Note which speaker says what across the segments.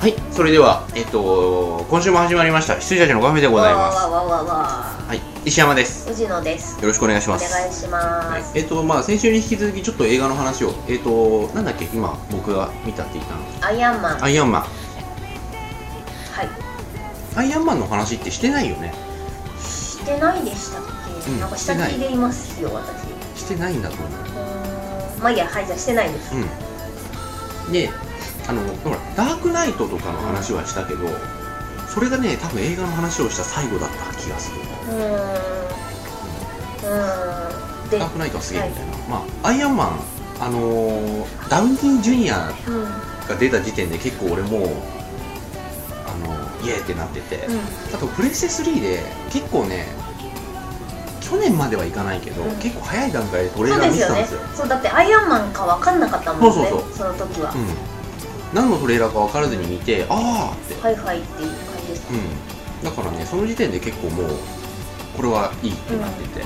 Speaker 1: はいそれではえっと今週も始まりました羊たちのカフェでございます
Speaker 2: わわわわわ
Speaker 1: はい石山です
Speaker 2: 宇治野です
Speaker 1: よろしくお願いし
Speaker 2: お
Speaker 1: ま
Speaker 2: 願
Speaker 1: す
Speaker 2: いしま
Speaker 1: はい
Speaker 2: す、
Speaker 1: えっとまあ先週に引き続きちょっと映画の話をえっとなんだっけ今僕が見たって言ったの
Speaker 2: アイアンマンは
Speaker 1: アイアンマン
Speaker 2: い
Speaker 1: アイアンマンの話ってしてないよね
Speaker 2: してないでしたっけ、
Speaker 1: うん
Speaker 2: なんか下着でいますよ私う
Speaker 1: してないんだと思う
Speaker 2: ーんまあいいやはいじゃあしてないです
Speaker 1: うんであのほらダークナイトとかの話はしたけどそれがね多分映画の話をした最後だった気がする
Speaker 2: うーんうーんで
Speaker 1: ダークナイトはすげえみたいな、まあアイアンマンあのーダウニー・ジュニア
Speaker 2: うんうん
Speaker 1: が出た時点で結構俺もうあのーイエーってなってて、あとプレステ3で結構ね去年まではいかないけど、
Speaker 2: うん
Speaker 1: 結構早い段階でトレー
Speaker 2: そう
Speaker 1: ラー
Speaker 2: で
Speaker 1: 見
Speaker 2: す
Speaker 1: てた
Speaker 2: よ
Speaker 1: んです
Speaker 2: ね
Speaker 1: よ
Speaker 2: そうだってアイアンマンか分かんなかったもんね
Speaker 1: そうそう
Speaker 2: の時は、
Speaker 1: うん、何のトレーラーか分からずに見てああって、
Speaker 2: はいはいっていう感じです
Speaker 1: うん、だからねその時点で結構もうこれはいいってなってて、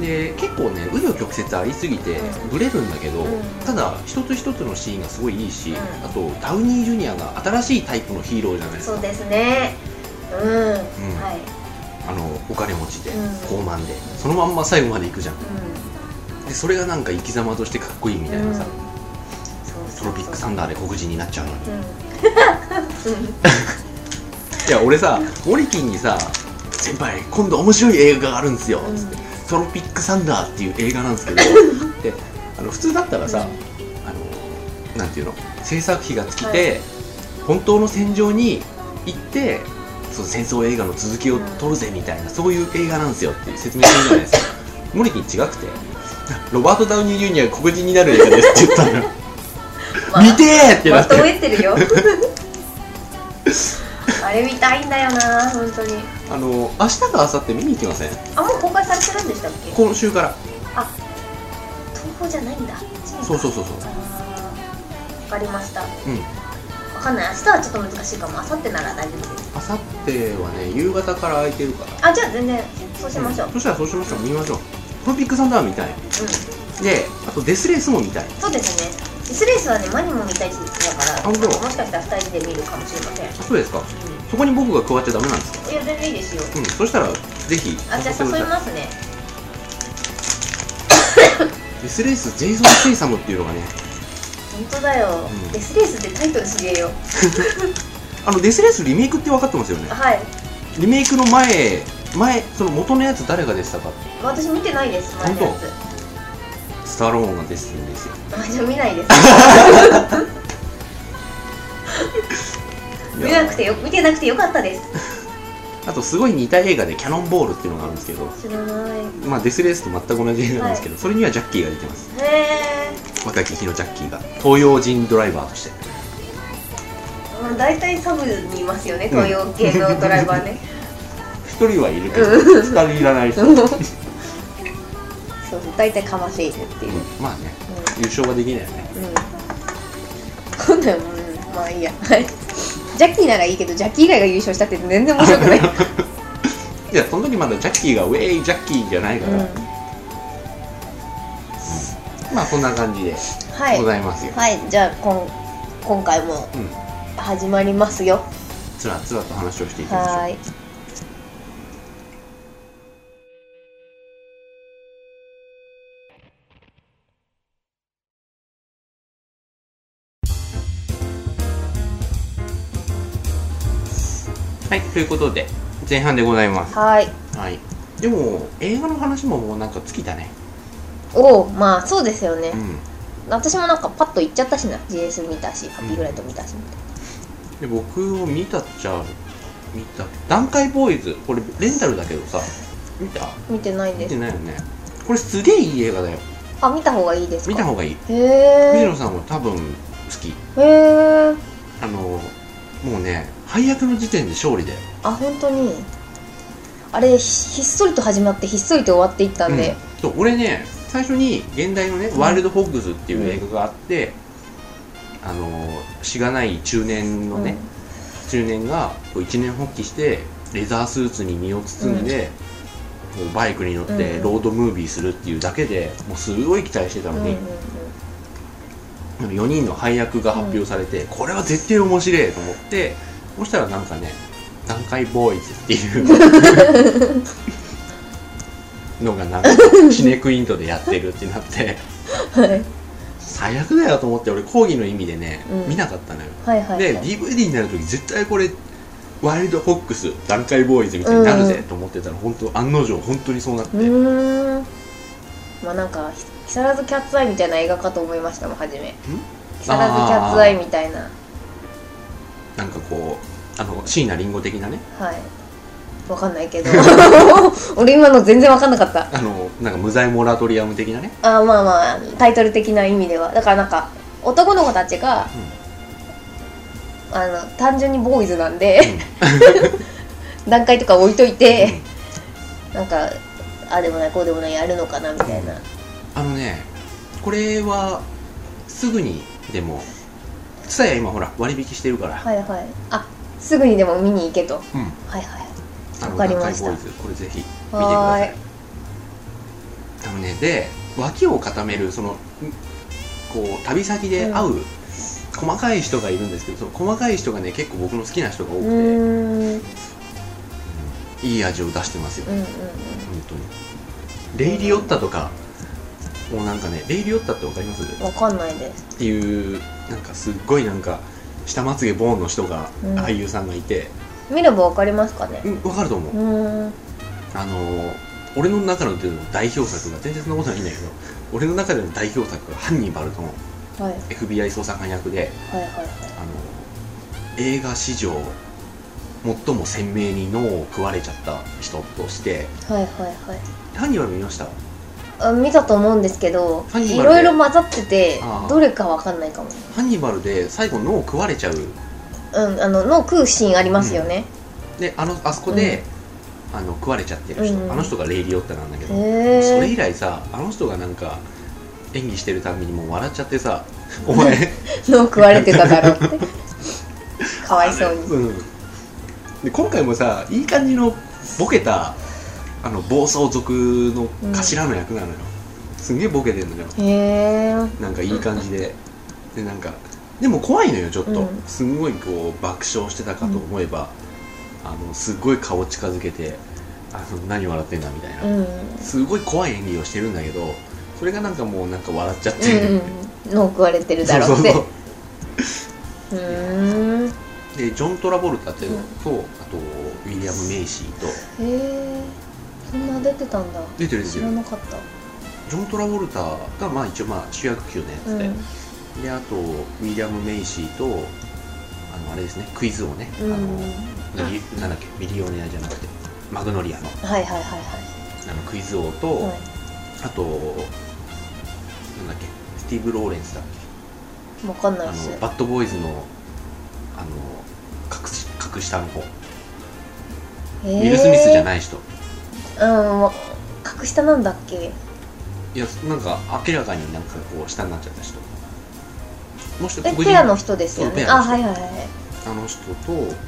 Speaker 1: で結構ね紆余曲折ありすぎて
Speaker 2: うん
Speaker 1: ブレるんだけど、
Speaker 2: うん
Speaker 1: ただ一つ一つのシーンがすごいいいし、
Speaker 2: うん
Speaker 1: あとダウニー・ジュニアが新しいタイプのヒーローじゃないです
Speaker 2: そ
Speaker 1: か
Speaker 2: うですねうん、
Speaker 1: ん
Speaker 2: はい、
Speaker 1: あのお金持ちで、
Speaker 2: うん
Speaker 1: 傲慢でそのまんま最後まで行くじゃん
Speaker 2: う
Speaker 1: でそれがなんか生き様としてかっこいいみ
Speaker 2: ん、
Speaker 1: たいなさ、
Speaker 2: うんそ
Speaker 1: ト
Speaker 2: うそうそう
Speaker 1: ロピックサンダーで黒人になっちゃうのに、
Speaker 2: う
Speaker 1: い
Speaker 2: ん うん
Speaker 1: や俺さモリキンにさ「先輩今度面白い映画があるんですよ」つって「トロピックサンダー」っていう映画なんですけ どであの普通だったらさ、あのなんていうの制作費が尽きて、本当の戦場に行ってその戦争映画の続きを撮るぜみたいな、そういう映画なんですよっていう説明するじゃないですか モリキン違くて「ロバート・ダウニー・ジュニア黒人になる映画です」って言ったの よ
Speaker 2: まあ
Speaker 1: 見てーってな
Speaker 2: ま
Speaker 1: って
Speaker 2: とめてるよ あれ見たいんだよな本当に
Speaker 1: あの明日か明後日見に行きません
Speaker 2: あもう公開されてるんでしたっけ
Speaker 1: 今週から
Speaker 2: あ東宝じゃないんだ
Speaker 1: そうそううそうそう
Speaker 2: わかりましたわ
Speaker 1: うん
Speaker 2: かんない明日はちょっと難しいかも明後日なら大丈夫です
Speaker 1: 明後日はね夕方から空いてるから
Speaker 2: あじゃあ全然そうしましょう、
Speaker 1: ん
Speaker 2: うん
Speaker 1: そしたらそうしましょう見ましょうトロピックサンダー見たいであとデスレースも見たい
Speaker 2: そうですねデスレースはねマニも見たいしだから
Speaker 1: あ本当
Speaker 2: もしかしたら2人で見るかもしれません、
Speaker 1: あそうですか
Speaker 2: う
Speaker 1: そこに僕が加わっちゃダメなんですか
Speaker 2: ん、いや全然いいですよ
Speaker 1: うんそしたらぜひ
Speaker 2: あじゃあ
Speaker 1: 誘って
Speaker 2: 誘
Speaker 1: くだ
Speaker 2: い
Speaker 1: さ
Speaker 2: ますね
Speaker 1: いデスレースジェイソン・ステイサムっていうのがね
Speaker 2: 本当だよ、
Speaker 1: うん
Speaker 2: デスレースってタイトルすげえよ
Speaker 1: あのデスレースリメイクって分かってますよね
Speaker 2: はい
Speaker 1: リメイクの前前その元のやつ誰がでしたか
Speaker 2: 私見てないです前のやつ
Speaker 1: スタローンが出てるんですよ
Speaker 2: 私も見な いです
Speaker 1: い
Speaker 2: 見
Speaker 1: や
Speaker 2: なくてよ見てなくてよかったです
Speaker 1: あとすごい似た映画でキャノンボールっていうのがあるんですけど
Speaker 2: 知らないへ
Speaker 1: まあ、デスレースと全く同じ映画なんですけど、それにはジャッキーが出てます
Speaker 2: え
Speaker 1: 若き日のジャッキーが東洋人ドライバーとして
Speaker 2: 大体サブにいますよね東洋系のドライバ ーね
Speaker 1: 一人はいるけど
Speaker 2: う
Speaker 1: 二人いらない人、
Speaker 2: そうそう大体かませいるっていう、うん
Speaker 1: まあね優勝はできないよね
Speaker 2: うん今度はもううんまあいいやはいジャッキーならいいけどジャッキー以外が優勝したって全然面白 くな
Speaker 1: い
Speaker 2: い、
Speaker 1: やその時まだジャッキーがウェイジャッキーじゃないから、
Speaker 2: うん
Speaker 1: まあそんな感じで
Speaker 2: はい
Speaker 1: ございますよ、
Speaker 2: はいじゃあこん今回も
Speaker 1: うん
Speaker 2: 始まりますよ、
Speaker 1: つらつらと話をしていきましょう
Speaker 2: はーい
Speaker 1: はいということで前半でございます
Speaker 2: はい
Speaker 1: はいでも映画の話ももうなんか尽きたね
Speaker 2: おおまあそうですよね、
Speaker 1: うん
Speaker 2: 私もなんかパッと行っちゃったしな GS 見たしハッピーグライト見たしみたい
Speaker 1: で僕を見たっちゃ見た段階ボーイズこれレンタルだけどさ見た
Speaker 2: な見てない
Speaker 1: 見
Speaker 2: で
Speaker 1: て
Speaker 2: す
Speaker 1: ないよねこれすげえいい映画だよ
Speaker 2: あ見た方がいいですか
Speaker 1: 見た方がいい
Speaker 2: へ
Speaker 1: 藤
Speaker 2: え
Speaker 1: 野さんも多分好き
Speaker 2: へえ
Speaker 1: あのもうね配役の時点で勝利だよ
Speaker 2: あ本当にあれひひっそりと始まってひっそりと終わっていったんで、
Speaker 1: うんそう俺ね最初に現代のね「
Speaker 2: うん
Speaker 1: ワイルド・ホッグズ」っていう映画があって、あのしがない中年のね、中年がこう一年発起してレザースーツに身を包んで、こうバイクに乗って
Speaker 2: うん
Speaker 1: ロードムービーするっていうだけでもうすごい期待してた
Speaker 2: うん
Speaker 1: の
Speaker 2: うんう
Speaker 1: に、
Speaker 2: ん
Speaker 1: あの4人の配役が発表されて、これは絶対面白いと思ってそしたらなんかね「南海ボーイズ」っていう のがなんかシネクイントでやってるってなって
Speaker 2: はい
Speaker 1: 最悪だよと思って俺講義の意味でね、
Speaker 2: うん
Speaker 1: 見なかったのよ
Speaker 2: はいはい
Speaker 1: で DVD になる時絶対これワイルドフォックス南海ボーイズみたいになるぜと思ってたら、本当案の定本当にそうなって、
Speaker 2: うーんまあなんかひ木更津キャッツアイみたいな映画かと思いましたもん初め木更津キャッツアイみたいな
Speaker 1: なんかこうあの椎名林檎的なね
Speaker 2: はいわかんない けど 俺今の全然わかんなかった
Speaker 1: あのなんか無罪モラトリアム的なね
Speaker 2: あーまあまあタイトル的な意味ではだからなんか男の子たちが、あの単純にボーイズなんで、 段階とか置いといて、なんかああでもないこうでもないやるのかなみたいな、
Speaker 1: あのねこれはすぐにでもさや今ほら割引してるから、
Speaker 2: はいはいあすぐにでも見に行けと
Speaker 1: うん
Speaker 2: はいはい
Speaker 1: あの
Speaker 2: わかりまし
Speaker 1: 南海
Speaker 2: た
Speaker 1: ボーイズこれぜひ見てくだ
Speaker 2: は
Speaker 1: さ
Speaker 2: ー
Speaker 1: いあのねで脇を固めるそのんこう旅先で会う、細かい人がいるんですけどその細かい人がね結構僕の好きな人が多く
Speaker 2: う
Speaker 1: て、
Speaker 2: ーん
Speaker 1: いい味を出してますよ、
Speaker 2: うんうんうん
Speaker 1: 本当にレイリオッタとか、もうなんかねレイリオッタってわかります
Speaker 2: わかんないです
Speaker 1: っていうなんかすっごいなんか下まつげボーンの人が、
Speaker 2: うん
Speaker 1: 俳優さんがいて
Speaker 2: 見ればわかりますかね
Speaker 1: うんわかると思う、
Speaker 2: うーん
Speaker 1: あのー俺の中の代表作が全然そんなことないんだけど俺の中での代表作がハンニバルの
Speaker 2: はい
Speaker 1: FBI 捜査官役で、
Speaker 2: はいはいはい
Speaker 1: あのー映画史上最も鮮明に脳を食われちゃった人として
Speaker 2: はいはいはい
Speaker 1: ハンニバル見ました
Speaker 2: あ見たと思うんですけど
Speaker 1: ハンニバルで
Speaker 2: いろいろ混ざってて
Speaker 1: あー
Speaker 2: どれかわかんないかも
Speaker 1: ハンニバルで最後脳を食われちゃう
Speaker 2: うんあの脳食うシーンありますよね、
Speaker 1: であのあそこで、あの食われちゃってる人、
Speaker 2: うん
Speaker 1: あの人がレイリオッタなんだけど、
Speaker 2: へ
Speaker 1: それ
Speaker 2: え
Speaker 1: 以来さあの人がなんか演技してるたんびにもう笑っちゃってさ 「お前
Speaker 2: 脳食われてただろって かわいそうに
Speaker 1: うん、で今回もさいい感じのボケたあの暴走族の頭の役なのよ、すんげえボケてんのよ
Speaker 2: へえ
Speaker 1: なんかいい感じででなんかでも怖いのよちょっと、
Speaker 2: うん
Speaker 1: すんごいこう爆笑してたかと思えば、あのすっごい顔近づけてあの何笑ってんだみたいな、
Speaker 2: うんうん
Speaker 1: すごい怖い演技をしてるんだけどそれがなんかもうなんか笑っちゃって、
Speaker 2: うん脳食われてるだ
Speaker 1: そうそ
Speaker 2: ろ
Speaker 1: う
Speaker 2: って
Speaker 1: そう
Speaker 2: うーんへ
Speaker 1: でジョン・トラボルタっていうの
Speaker 2: うん
Speaker 1: と、あとウィリアム・メイシーと
Speaker 2: えそんな出てたんだ
Speaker 1: 出てるんです
Speaker 2: 知
Speaker 1: よ
Speaker 2: らなかった
Speaker 1: ジョン・トラボルタがまあ一応まあ主役級のや
Speaker 2: う
Speaker 1: つ
Speaker 2: ん
Speaker 1: で、であとウィリアム・メイシーとあのあれですねクイズをね、
Speaker 2: うん
Speaker 1: あの
Speaker 2: あ
Speaker 1: ミリなんだっけミリオネアじゃなくてマグノリアの
Speaker 2: はいはいはい
Speaker 1: あのクイズ王と、
Speaker 2: はいは
Speaker 1: あとなんだっけスティーブ・ローレンスだっ
Speaker 2: いわかん
Speaker 1: け
Speaker 2: ない
Speaker 1: あ
Speaker 2: です
Speaker 1: のバッドボーイズのあの格し格下の方、
Speaker 2: ウ
Speaker 1: ウィル・スミスじゃ
Speaker 2: い
Speaker 1: ない人
Speaker 2: うんわ格下なんだっけ
Speaker 1: いやなんか明らかになんかこう下になっちゃった人もう一人
Speaker 2: え
Speaker 1: 黒
Speaker 2: ペ
Speaker 1: 人
Speaker 2: アの人ですよ
Speaker 1: そうペ
Speaker 2: ね
Speaker 1: アの
Speaker 2: あ
Speaker 1: 人
Speaker 2: はいはいはい
Speaker 1: あの人と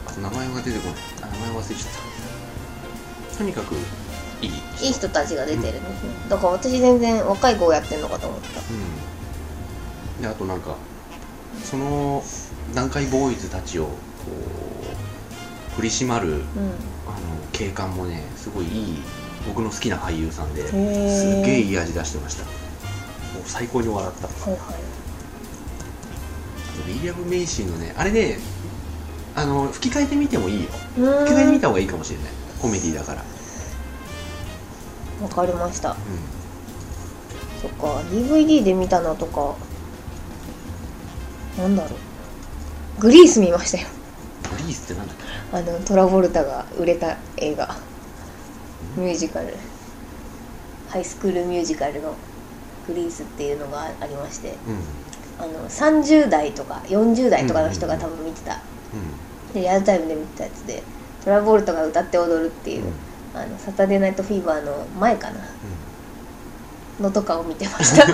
Speaker 1: あと名前が出てこないあ名前忘れちゃったとにかくいい
Speaker 2: いい人たちが出てるんですね、だから私全然若い子をやってんのかと思った
Speaker 1: うんであとなんかその南海ボーイズたちをこう取り締まる
Speaker 2: う
Speaker 1: あの警官もねすごいいい僕の好きな俳優さんで
Speaker 2: んへ
Speaker 1: すっげえ
Speaker 2: え
Speaker 1: いい味出してましたもう最高に笑った
Speaker 2: はいはい
Speaker 1: ウィリアム・メイシーのねあれねあの吹き替えてみてもいいよ
Speaker 2: う
Speaker 1: 吹き替えてみ
Speaker 2: ー
Speaker 1: た方がいいかもしれないコメディだから、
Speaker 2: んわかりました
Speaker 1: うん、
Speaker 2: そっか DVD で見たのとかなんだろうグリース見ましたよ
Speaker 1: グリースってなんだっけ
Speaker 2: あのトラボルタが売れた映画ミュージカルハイスクールミュージカルのグリースっていうのがありまして
Speaker 1: うん
Speaker 2: あの30代とか40代とかの人が多分見てたでリアルタイムで見てたやつでトラボルタが歌って踊るっていう、
Speaker 1: うん
Speaker 2: あのサタデーナイトフィーバーの前かなのとかを見てま した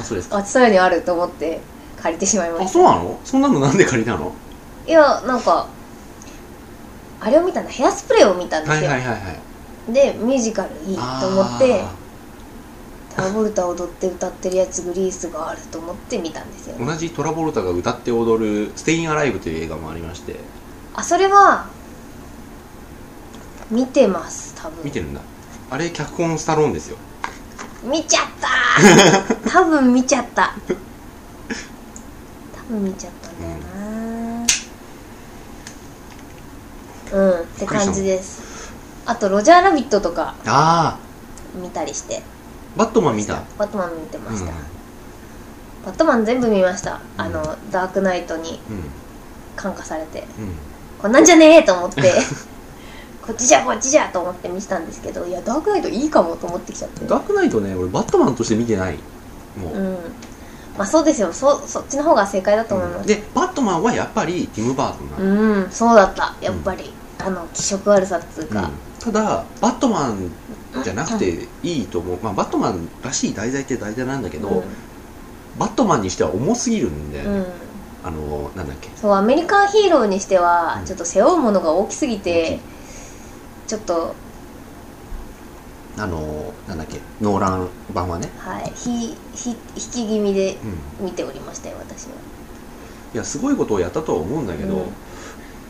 Speaker 1: あそうですか
Speaker 2: あさらにあると思って借りてしまいま
Speaker 1: あ
Speaker 2: し
Speaker 1: そうなのそんなのなんで借りたの
Speaker 2: たいやなんかあれを見たんだヘアスプレーを見たんで
Speaker 1: は
Speaker 2: す
Speaker 1: い
Speaker 2: よ、
Speaker 1: はいはいはい
Speaker 2: でミュージカルいいと思って
Speaker 1: あ
Speaker 2: 「ラボルタ踊って歌ってるやつグリースがあると思って見たんですよ、
Speaker 1: 同じトラボルタが歌って踊る「ステイン・アライブ」という映画もありまして
Speaker 2: あそれは見てます多分
Speaker 1: 見てるんだあれ脚本スタローンですよ
Speaker 2: 見ち ゃったー多分見ちゃった多分見ちゃったんだよなうん、って感じですあと「ロジャーラビット!」とか
Speaker 1: ああ
Speaker 2: 見たりして
Speaker 1: バットマン見た
Speaker 2: バットマン見てま
Speaker 1: うん、う
Speaker 2: し
Speaker 1: ん
Speaker 2: た、バットマン全部見ました
Speaker 1: うん
Speaker 2: あの、ダークナイトに感化されて
Speaker 1: うん、
Speaker 2: こんなんじゃねえと思って こっちじゃこっちじゃと思って見てたんですけどいやダークナイトいいかもと思ってきちゃって
Speaker 1: ダークナイトね俺バットマンとして見てないもう、
Speaker 2: うんまあそうですよそそっちの方が正解だと思います
Speaker 1: でバットマンはやっぱりティム・バートンな
Speaker 2: う
Speaker 1: の、
Speaker 2: ん、そうだったやっぱり、あの気色悪さっつう
Speaker 1: う
Speaker 2: か
Speaker 1: ん、ただバットマンじゃなくていいと思う、まあ、バットマンらしい題材って題材なんだけど、バットマンにしては重すぎるんで、
Speaker 2: うん、うん
Speaker 1: あのなんだっけ
Speaker 2: そうアメリカンヒーローにしては
Speaker 1: うん
Speaker 2: ちょっと背負うものが大きすぎ
Speaker 1: 大
Speaker 2: てちょっと
Speaker 1: あのなんだっけノーラン版はね、
Speaker 2: はいひひ引き気味で
Speaker 1: うん、い
Speaker 2: 見ておりましたよ私は、
Speaker 1: やすごいことをやったとは思うんだけど、
Speaker 2: うん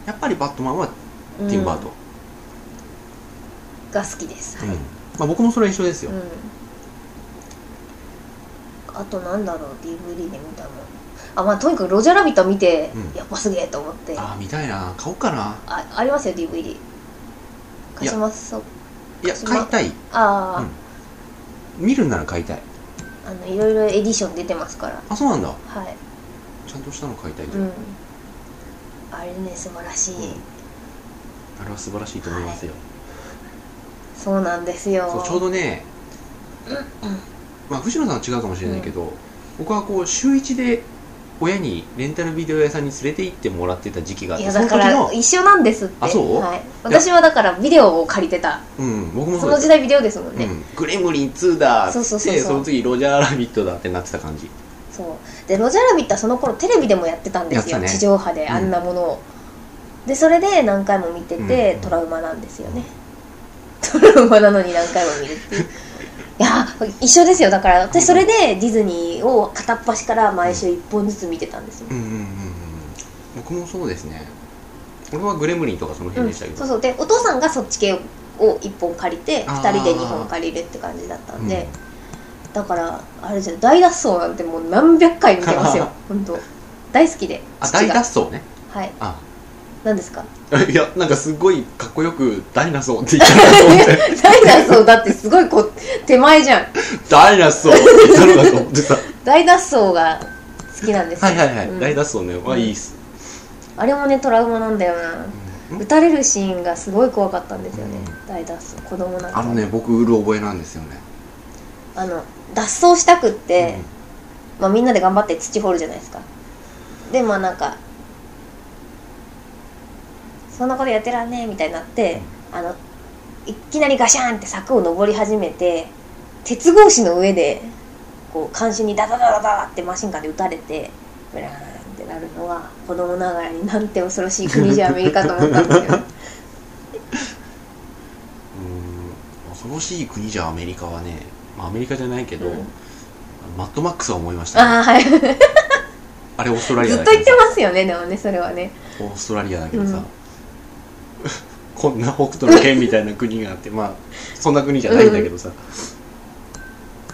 Speaker 1: やっぱりバットマンはテ
Speaker 2: うん
Speaker 1: ィム・バートン、
Speaker 2: が好きですはい、
Speaker 1: うんまあ、僕もそれは一緒ですよ、
Speaker 2: うん、あとなんだろう DVD で見たのあまあとにかく「ロジャーラビット!」見て、
Speaker 1: うん
Speaker 2: やっぱすげえと思って
Speaker 1: あ
Speaker 2: あ
Speaker 1: あ見たいな買おうかな
Speaker 2: ありますよ DVD 貸しますそう
Speaker 1: いや
Speaker 2: 私も
Speaker 1: 買いたい
Speaker 2: ああ、
Speaker 1: 見るんなら買いたい
Speaker 2: あのいろいろエディション出てますから
Speaker 1: あそうなんだ
Speaker 2: はい
Speaker 1: ちゃんとしたの買いたいと、
Speaker 2: うんあれね素晴らしい、
Speaker 1: うんあれは素晴らしいと思いますよ、
Speaker 2: そうなんですよ
Speaker 1: そうちょうどね、まあ、藤野さんは違うかもしれないけど、僕はこう週一で親にレンタルビデオ屋さんに連れて行ってもらってた時期があっ
Speaker 2: い
Speaker 1: て
Speaker 2: や
Speaker 1: その
Speaker 2: だ
Speaker 1: 時
Speaker 2: から
Speaker 1: の、
Speaker 2: 一緒なんですって
Speaker 1: あそう
Speaker 2: はい、私はだからビデオを借りてた
Speaker 1: うん、僕もそ
Speaker 2: そ
Speaker 1: う
Speaker 2: の
Speaker 1: で
Speaker 2: 時
Speaker 1: す、
Speaker 2: 代ビデオですもん
Speaker 1: う
Speaker 2: ね、
Speaker 1: ん、グレムリン2だっ
Speaker 2: そ
Speaker 1: て
Speaker 2: うそうそうそう
Speaker 1: の次ロジャーラビットだってなってた感じ
Speaker 2: そうで「ロジャーラビット!」はその頃テレビでもやってたんです
Speaker 1: や
Speaker 2: よ、
Speaker 1: ってたね
Speaker 2: 地上波であんなものを、でそれで何回も見てて、
Speaker 1: うん
Speaker 2: トラウマなんですよね、トラウマなのに何回も見るっ ていういや一緒ですよだから私それでディズニーを片っ端から毎週1本ずつ見てたんですよ、
Speaker 1: うんうんうんうん僕もそうですね俺はグレムリンとかその
Speaker 2: う
Speaker 1: 辺
Speaker 2: ん
Speaker 1: でしたけど、
Speaker 2: そうそうでお父さんがそっち系を1本借りて
Speaker 1: あー
Speaker 2: 2人で2本借りるって感じだったんで、
Speaker 1: う
Speaker 2: だからあれじゃん大脱走なんてもう何百回見てます よ本当大好きで
Speaker 1: あ
Speaker 2: 父
Speaker 1: 大
Speaker 2: が
Speaker 1: 脱走ね
Speaker 2: はい
Speaker 1: あ
Speaker 2: 何ですか
Speaker 1: いやなんかすごいかっこよく「ダイナソー」って言ったなと思って
Speaker 2: 大脱走だってすごいこう手前じゃん
Speaker 1: 「ダイナソー」って言ったのかと思っ てさ
Speaker 2: 大脱走が好きなんですよ
Speaker 1: はいはいはい、
Speaker 2: うん
Speaker 1: 大脱走ねはいいっす、
Speaker 2: あれもねトラウマなんだよな
Speaker 1: うん
Speaker 2: 撃たれるシーンがすごい怖かったんですよね、
Speaker 1: う
Speaker 2: 大脱走子供なんか
Speaker 1: あのね僕うる覚えなんですよね、
Speaker 2: あの脱走したくって、まあ、みんなで頑張って土掘るじゃないですかでまあなんかそんなことやってらんねえみたいになってあのいきなりガシャンって柵を登り始めて鉄格子の上でこう監視にダダダダダってマシンガンで撃たれてブラーンってなるのは子供ながらになんて恐ろしい国じゃアメリカと思ったん ですよ
Speaker 1: うん恐ろしい国じゃアメリカはね、まあ、アメリカじゃないけど、
Speaker 2: うん
Speaker 1: マッドマックスは思いましたね、
Speaker 2: ああはいずっ
Speaker 1: あれオーストラリアだ
Speaker 2: と
Speaker 1: け
Speaker 2: 言っ
Speaker 1: どさ
Speaker 2: てますよねでもねそれはね
Speaker 1: オーストラリアだけどさ、
Speaker 2: うん
Speaker 1: こんな北斗の県みたいな国があってまあそんな国じゃないんだけどさ、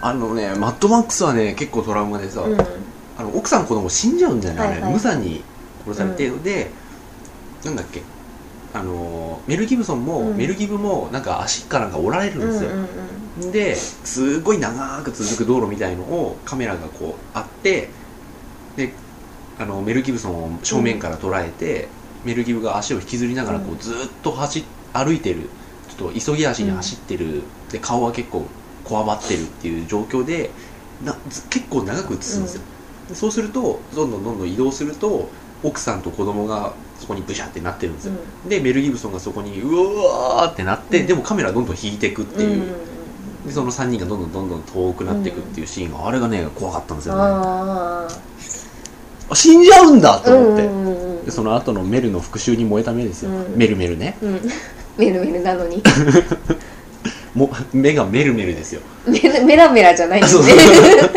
Speaker 1: あのねマッドマックスはね結構トラウマでさ、
Speaker 2: うん
Speaker 1: あの奥さん子供死んじゃうんじゃない、
Speaker 2: はいはい
Speaker 1: 無残に殺されて、でなんだっけあのメル・ギブソンも、
Speaker 2: うん
Speaker 1: メル・ギブもなんか足かなんか折られるん
Speaker 2: う
Speaker 1: で
Speaker 2: ん
Speaker 1: す
Speaker 2: う
Speaker 1: よ、
Speaker 2: ん
Speaker 1: ですごい長く続く道路みたいのをカメラがこうあってであのメル・ギブソンを正面から捉えて、メル・ギブが足を引きずりながらこ
Speaker 2: う
Speaker 1: うずーっと走っ歩いてるちょっと急ぎ足に走ってる、で顔は結構こわばってるっていう状況でなず結構長く映すんですよ、でそうするとどんどんどんどん移動すると奥さんと子供がそこにブシャってなってるんです
Speaker 2: う
Speaker 1: よ、
Speaker 2: ん
Speaker 1: でメル・ギブソンがそこにうわーってなって、
Speaker 2: うん
Speaker 1: でもカメラどんどん引いてくっていう、
Speaker 2: うんうん
Speaker 1: でその3人がどんどんどんどん遠くなっていくっていうシーンが、あれがね怖かったんです
Speaker 2: うん
Speaker 1: よね
Speaker 2: ああ
Speaker 1: あ死んじゃうんだと思って、
Speaker 2: うんうんうんうん
Speaker 1: でその後のメルの復讐に燃えた目ですよ、
Speaker 2: うん
Speaker 1: メルメルね
Speaker 2: うん、メルメルなのに
Speaker 1: もう目がメルメルですよ
Speaker 2: メラメラメラじゃないんです
Speaker 1: そう
Speaker 2: ね
Speaker 1: そう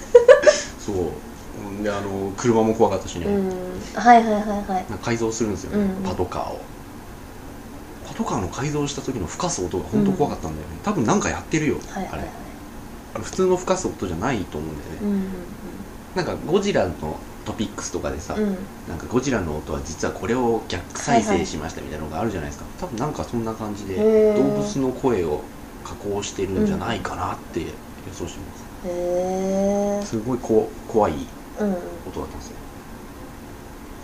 Speaker 1: そうであの車も怖かったしね、
Speaker 2: うんはいはいはいはい
Speaker 1: なんか改造するんですよね、
Speaker 2: うんうん
Speaker 1: パトカーをパトカーの改造した時の吹かす音が本当怖かったんだよね、多分なんかやってるよ、
Speaker 2: はいはい
Speaker 1: あ
Speaker 2: は
Speaker 1: れ
Speaker 2: い
Speaker 1: あの普通の吹かす音じゃないと思うんだよね、
Speaker 2: うんうん
Speaker 1: なんかゴジラのトピックスとかでさ、
Speaker 2: うんうん
Speaker 1: なんかゴジラの音は実はこれを逆再生しましたみたいなのがあるじゃないですか、多分なんかそんな感じで
Speaker 2: へー
Speaker 1: 動物の声を加工してるんじゃないかなって予想してます、
Speaker 2: へえ
Speaker 1: すごいこう怖い
Speaker 2: うんへ
Speaker 1: 音だったんですよ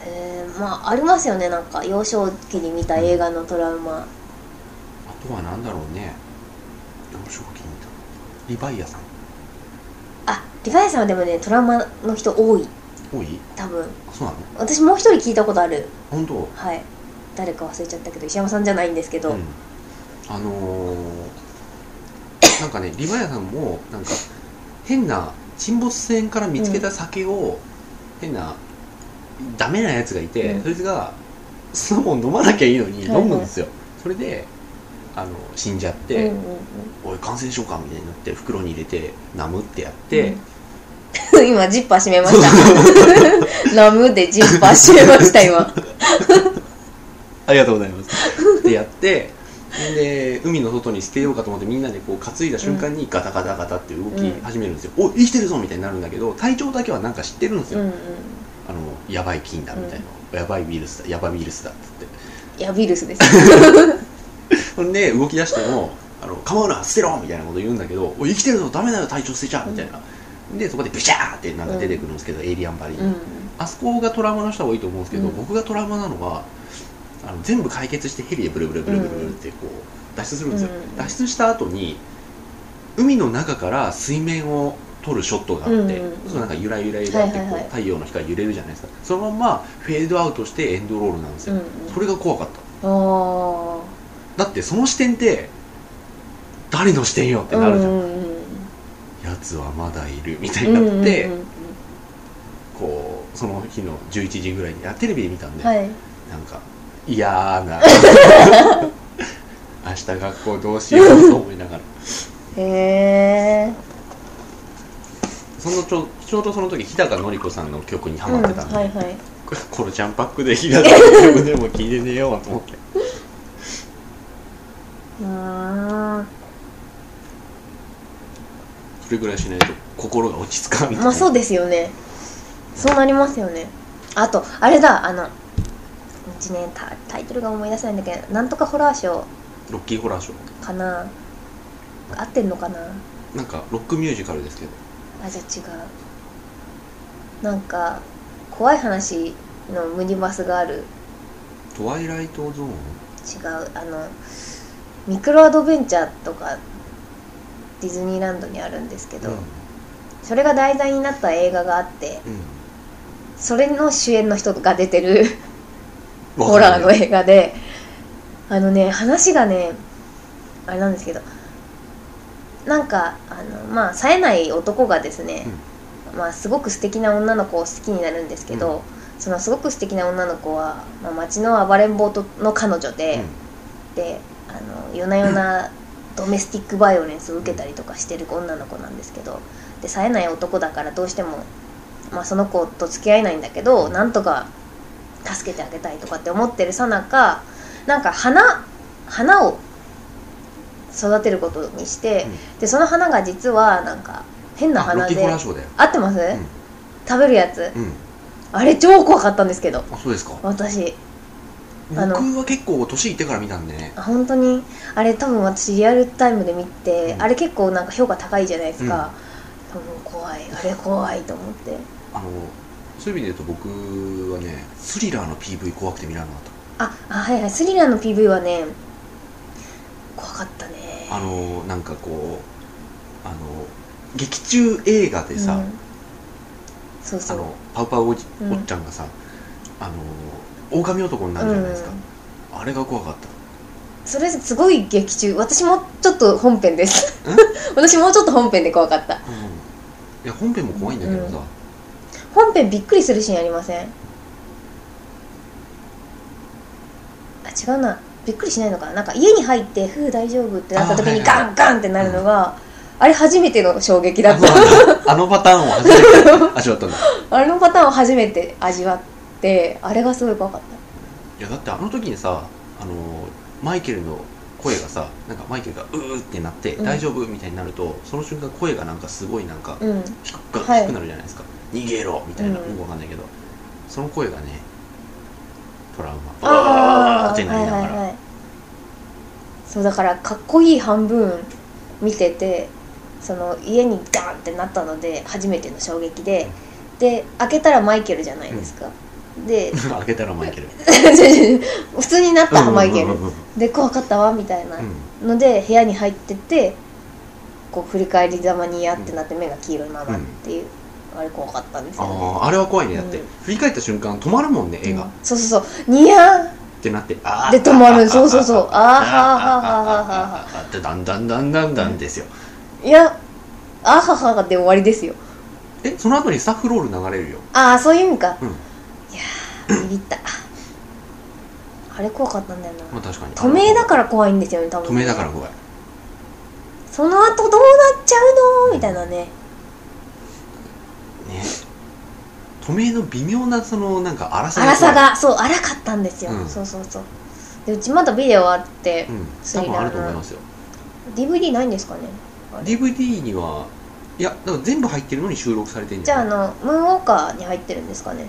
Speaker 2: えまあありますよねなんか幼少期に見た映画のトラウマ
Speaker 1: あとは何だろうね幼少期にいたリヴァイアさん
Speaker 2: あリヴァイさんはでもねトラウマの人多い
Speaker 1: 多い
Speaker 2: 多分
Speaker 1: あそうなの
Speaker 2: 私もう一人聞いたことある
Speaker 1: 本当
Speaker 2: はい誰か忘れちゃったけど石山さんじゃないんですけ
Speaker 1: う
Speaker 2: ど、
Speaker 1: ん、あのー なんかねリヴァイアさんもなんか変な沈没船から見つけた酒を、変なダメなやつがいて、
Speaker 2: うん
Speaker 1: そいつがそのもん飲まなきゃいいのに
Speaker 2: はいはい
Speaker 1: 飲むんですよ、それであの死んじゃって、
Speaker 2: うんうん
Speaker 1: おい感染症かみたいになって袋に入れてナムってやっ
Speaker 2: う
Speaker 1: て
Speaker 2: ん、うん、 今ジッパー閉めま したラムでジッパー閉めました今
Speaker 1: ありがとうございます。ってやって、で、海の外に捨てようかと思ってみんなでこう担いだ瞬間にガタガタガタって動き始めるんですよ。お、生きてるぞみたいになるんだけど、体調だけはなんか知ってるんです
Speaker 2: う
Speaker 1: よ。
Speaker 2: んうん
Speaker 1: あの、やばい菌だみたいな。やばいウイルスだ、やばいウイルスだっつって。
Speaker 2: いやビルスです
Speaker 1: ほんで、動き出しても、あの、構うな、捨てろみたいなこと言うんだけど、お、生きてるぞ、ダメだよ、体調捨てちゃうみたいな。で、そこでビシャーってなんか出てくるんですけど、エイリアンバリー。
Speaker 2: うん
Speaker 1: あそこがトラウマの人が多いと思うんですけど、
Speaker 2: うん
Speaker 1: 僕がトラウマなのはあの全部解決してヘリでブルブルブルブルブルってこう脱出するんですよ、
Speaker 2: うん
Speaker 1: 脱出した後に海の中から水面を撮るショットがあって、
Speaker 2: うん
Speaker 1: そうするとなんかゆらゆらゆらってこう、
Speaker 2: はいはいはい
Speaker 1: 太陽の光が揺れるじゃないですかそのまんまフェードアウトしてエンドロールなんです
Speaker 2: う
Speaker 1: よ、
Speaker 2: んうん
Speaker 1: それが怖かっ
Speaker 2: あ
Speaker 1: ただってその視点って誰の視点よっ
Speaker 2: あ
Speaker 1: てなるじゃん、
Speaker 2: うんうんうん
Speaker 1: やつはまだいるみたいに
Speaker 2: うん
Speaker 1: なって、
Speaker 2: うんうんうん
Speaker 1: こうその日の11時ぐらいにあテレビで見たんで、
Speaker 2: はい
Speaker 1: なんか嫌な 明日学校どうしようと思いながら
Speaker 2: へえ
Speaker 1: そのちょちょうどその時日高のり子さんの曲にハマってたんで、
Speaker 2: はいはい
Speaker 1: これコロちゃんパックで日高の曲でも聴いてねえよと思って
Speaker 2: うーん
Speaker 1: それぐらいしないと心が落ち着かん
Speaker 2: まあそうですよねそうなりますよねあとあれだあの一年タタイトルが思い出せないんだけどなんとかホラーショ
Speaker 1: ロッキーホラーショ
Speaker 2: ーかな合ってんのかな
Speaker 1: ーなんかロックミュージカルですけど
Speaker 2: あじゃあ違うなんか怖い話のムニバスがある
Speaker 1: 「トワイライトゾーン
Speaker 2: 違うあのミクロアドベンチャーとかディズニーランドにあるんですけ」ど、
Speaker 1: うん
Speaker 2: それが題材になった映画があって
Speaker 1: う
Speaker 2: それの主演の人が出てる
Speaker 1: ん
Speaker 2: ホラーの
Speaker 1: わかんない
Speaker 2: 映画であのね話がねあれなんですけどなんかあのまあ冴えない男がですね、まあすごく素敵な女の子を好きになるんですけど、そのすごく素敵な女の子は、まあ、町の暴れん坊との彼女で、であの夜な夜なドメスティックバイオレンスを受けたりとかしてる女の子なんですけどで冴えない男だからどうしても、まあ、その子と付き合えないんだけどなんとか助けてあげたいとかって思ってるさなかなんか花花を育てることにして、でその花が実はなんか変な
Speaker 1: あロッ
Speaker 2: 花
Speaker 1: キ
Speaker 2: で
Speaker 1: ーホラーショーだよ
Speaker 2: 合ってます、
Speaker 1: ん
Speaker 2: 食べるやつ
Speaker 1: うん
Speaker 2: あれ超怖かったんですけど
Speaker 1: あそうですか
Speaker 2: 私
Speaker 1: 僕
Speaker 2: あの
Speaker 1: は結構年いってから見たんでね
Speaker 2: あ本当にあれ多分私リアルタイムで見て、
Speaker 1: うん
Speaker 2: あれ結構なんか評価高いじゃないですか、多分怖いあれ怖いと思って
Speaker 1: あのそういう意味で言うと僕はねスリラーの PV 怖くて見られなかっ
Speaker 2: ああはいはいスリラーの PV はね怖かったね
Speaker 1: たあのなんかこうあの劇中映画でさ、
Speaker 2: うんそうそ
Speaker 1: あ
Speaker 2: う
Speaker 1: のパウパウおじ、
Speaker 2: うん
Speaker 1: おっちゃんがさあの狼男になるじゃないですか、あれが怖かった
Speaker 2: それすごい劇中私もちょっと本編です 私もうちょっと本編で怖かった
Speaker 1: うんいや本編も怖いんだけどさ、
Speaker 2: 本編びっくりするシーンありませんあ違うなびっくりしないのかななんか家に入って「ふう大丈夫」ってなった時に
Speaker 1: あーはいはい
Speaker 2: ガンガンってなるのがあれ初めての衝撃だ
Speaker 1: あ
Speaker 2: っ
Speaker 1: の
Speaker 2: た
Speaker 1: あのパターンを初めて味わったんだ
Speaker 2: あのパターンを初めて味わってあれがすごい怖かっ
Speaker 1: いやだってあの時にさあのマイケルの声がさなんかマイケルが「うー」ってなって「
Speaker 2: うん
Speaker 1: 大丈夫?」みたいになるとその瞬間声がなんかすごいなんか
Speaker 2: たうん
Speaker 1: 低くが
Speaker 2: は
Speaker 1: 低
Speaker 2: い
Speaker 1: くなるじゃないですか「逃げろ」みたいな
Speaker 2: う
Speaker 1: よ
Speaker 2: ん
Speaker 1: くわかんないけどその声がねトラウマバー
Speaker 2: あ
Speaker 1: っ
Speaker 2: あ
Speaker 1: て
Speaker 2: ー
Speaker 1: な
Speaker 2: は
Speaker 1: り
Speaker 2: い
Speaker 1: な
Speaker 2: は
Speaker 1: が
Speaker 2: い
Speaker 1: ら
Speaker 2: はいそうだからかっこいい半分見ててその家にガンってなったので初めての衝撃でで開けたらマイケルじゃないですか、で
Speaker 1: 開けたらマイケル
Speaker 2: 普通になったマイケ
Speaker 1: うんう
Speaker 2: ル
Speaker 1: んうんうん
Speaker 2: で怖かったわみたいな
Speaker 1: うん
Speaker 2: ので部屋に入ってってこう振り返りざまにやってなって目が黄色いままっていう、あれ怖かったんですよね
Speaker 1: あああれは怖いねだって
Speaker 2: うん
Speaker 1: 振り返った瞬間止まるもんね絵が
Speaker 2: う
Speaker 1: っ
Speaker 2: んそうそうそうニヤー
Speaker 1: てなってあー
Speaker 2: で止ま
Speaker 1: あ
Speaker 2: る
Speaker 1: ー
Speaker 2: そうそうそう
Speaker 1: あー
Speaker 2: あー
Speaker 1: あー
Speaker 2: はーはーはーは
Speaker 1: あー
Speaker 2: ーはー
Speaker 1: あーあーってだんだんだんだんだんですよ
Speaker 2: いやあはははで終わりですよ
Speaker 1: えその後にスタッフロール流れるよ
Speaker 2: ああそういう意味か、
Speaker 1: うん
Speaker 2: いやービビったあれ怖かったんだよな
Speaker 1: まあ確かに
Speaker 2: 透明だからら怖いんですよね多分
Speaker 1: 透明だから怖い
Speaker 2: その後どうなっちゃうのみたいなね
Speaker 1: ね透明の微妙なそのなんか荒さ
Speaker 2: 粗さがそう荒かったんですよ、
Speaker 1: うん
Speaker 2: そうそうそうでうちまだビデオあって
Speaker 1: うん
Speaker 2: ス
Speaker 1: 多
Speaker 2: リラー
Speaker 1: 分あると思いますよ
Speaker 2: DVD ないんですかね
Speaker 1: DVD にはいやだから全部入ってるのに収録されてん
Speaker 2: じ
Speaker 1: じ
Speaker 2: ゃあ
Speaker 1: ゃ
Speaker 2: あ
Speaker 1: ない
Speaker 2: のムーンウォーカーに入ってるんですかね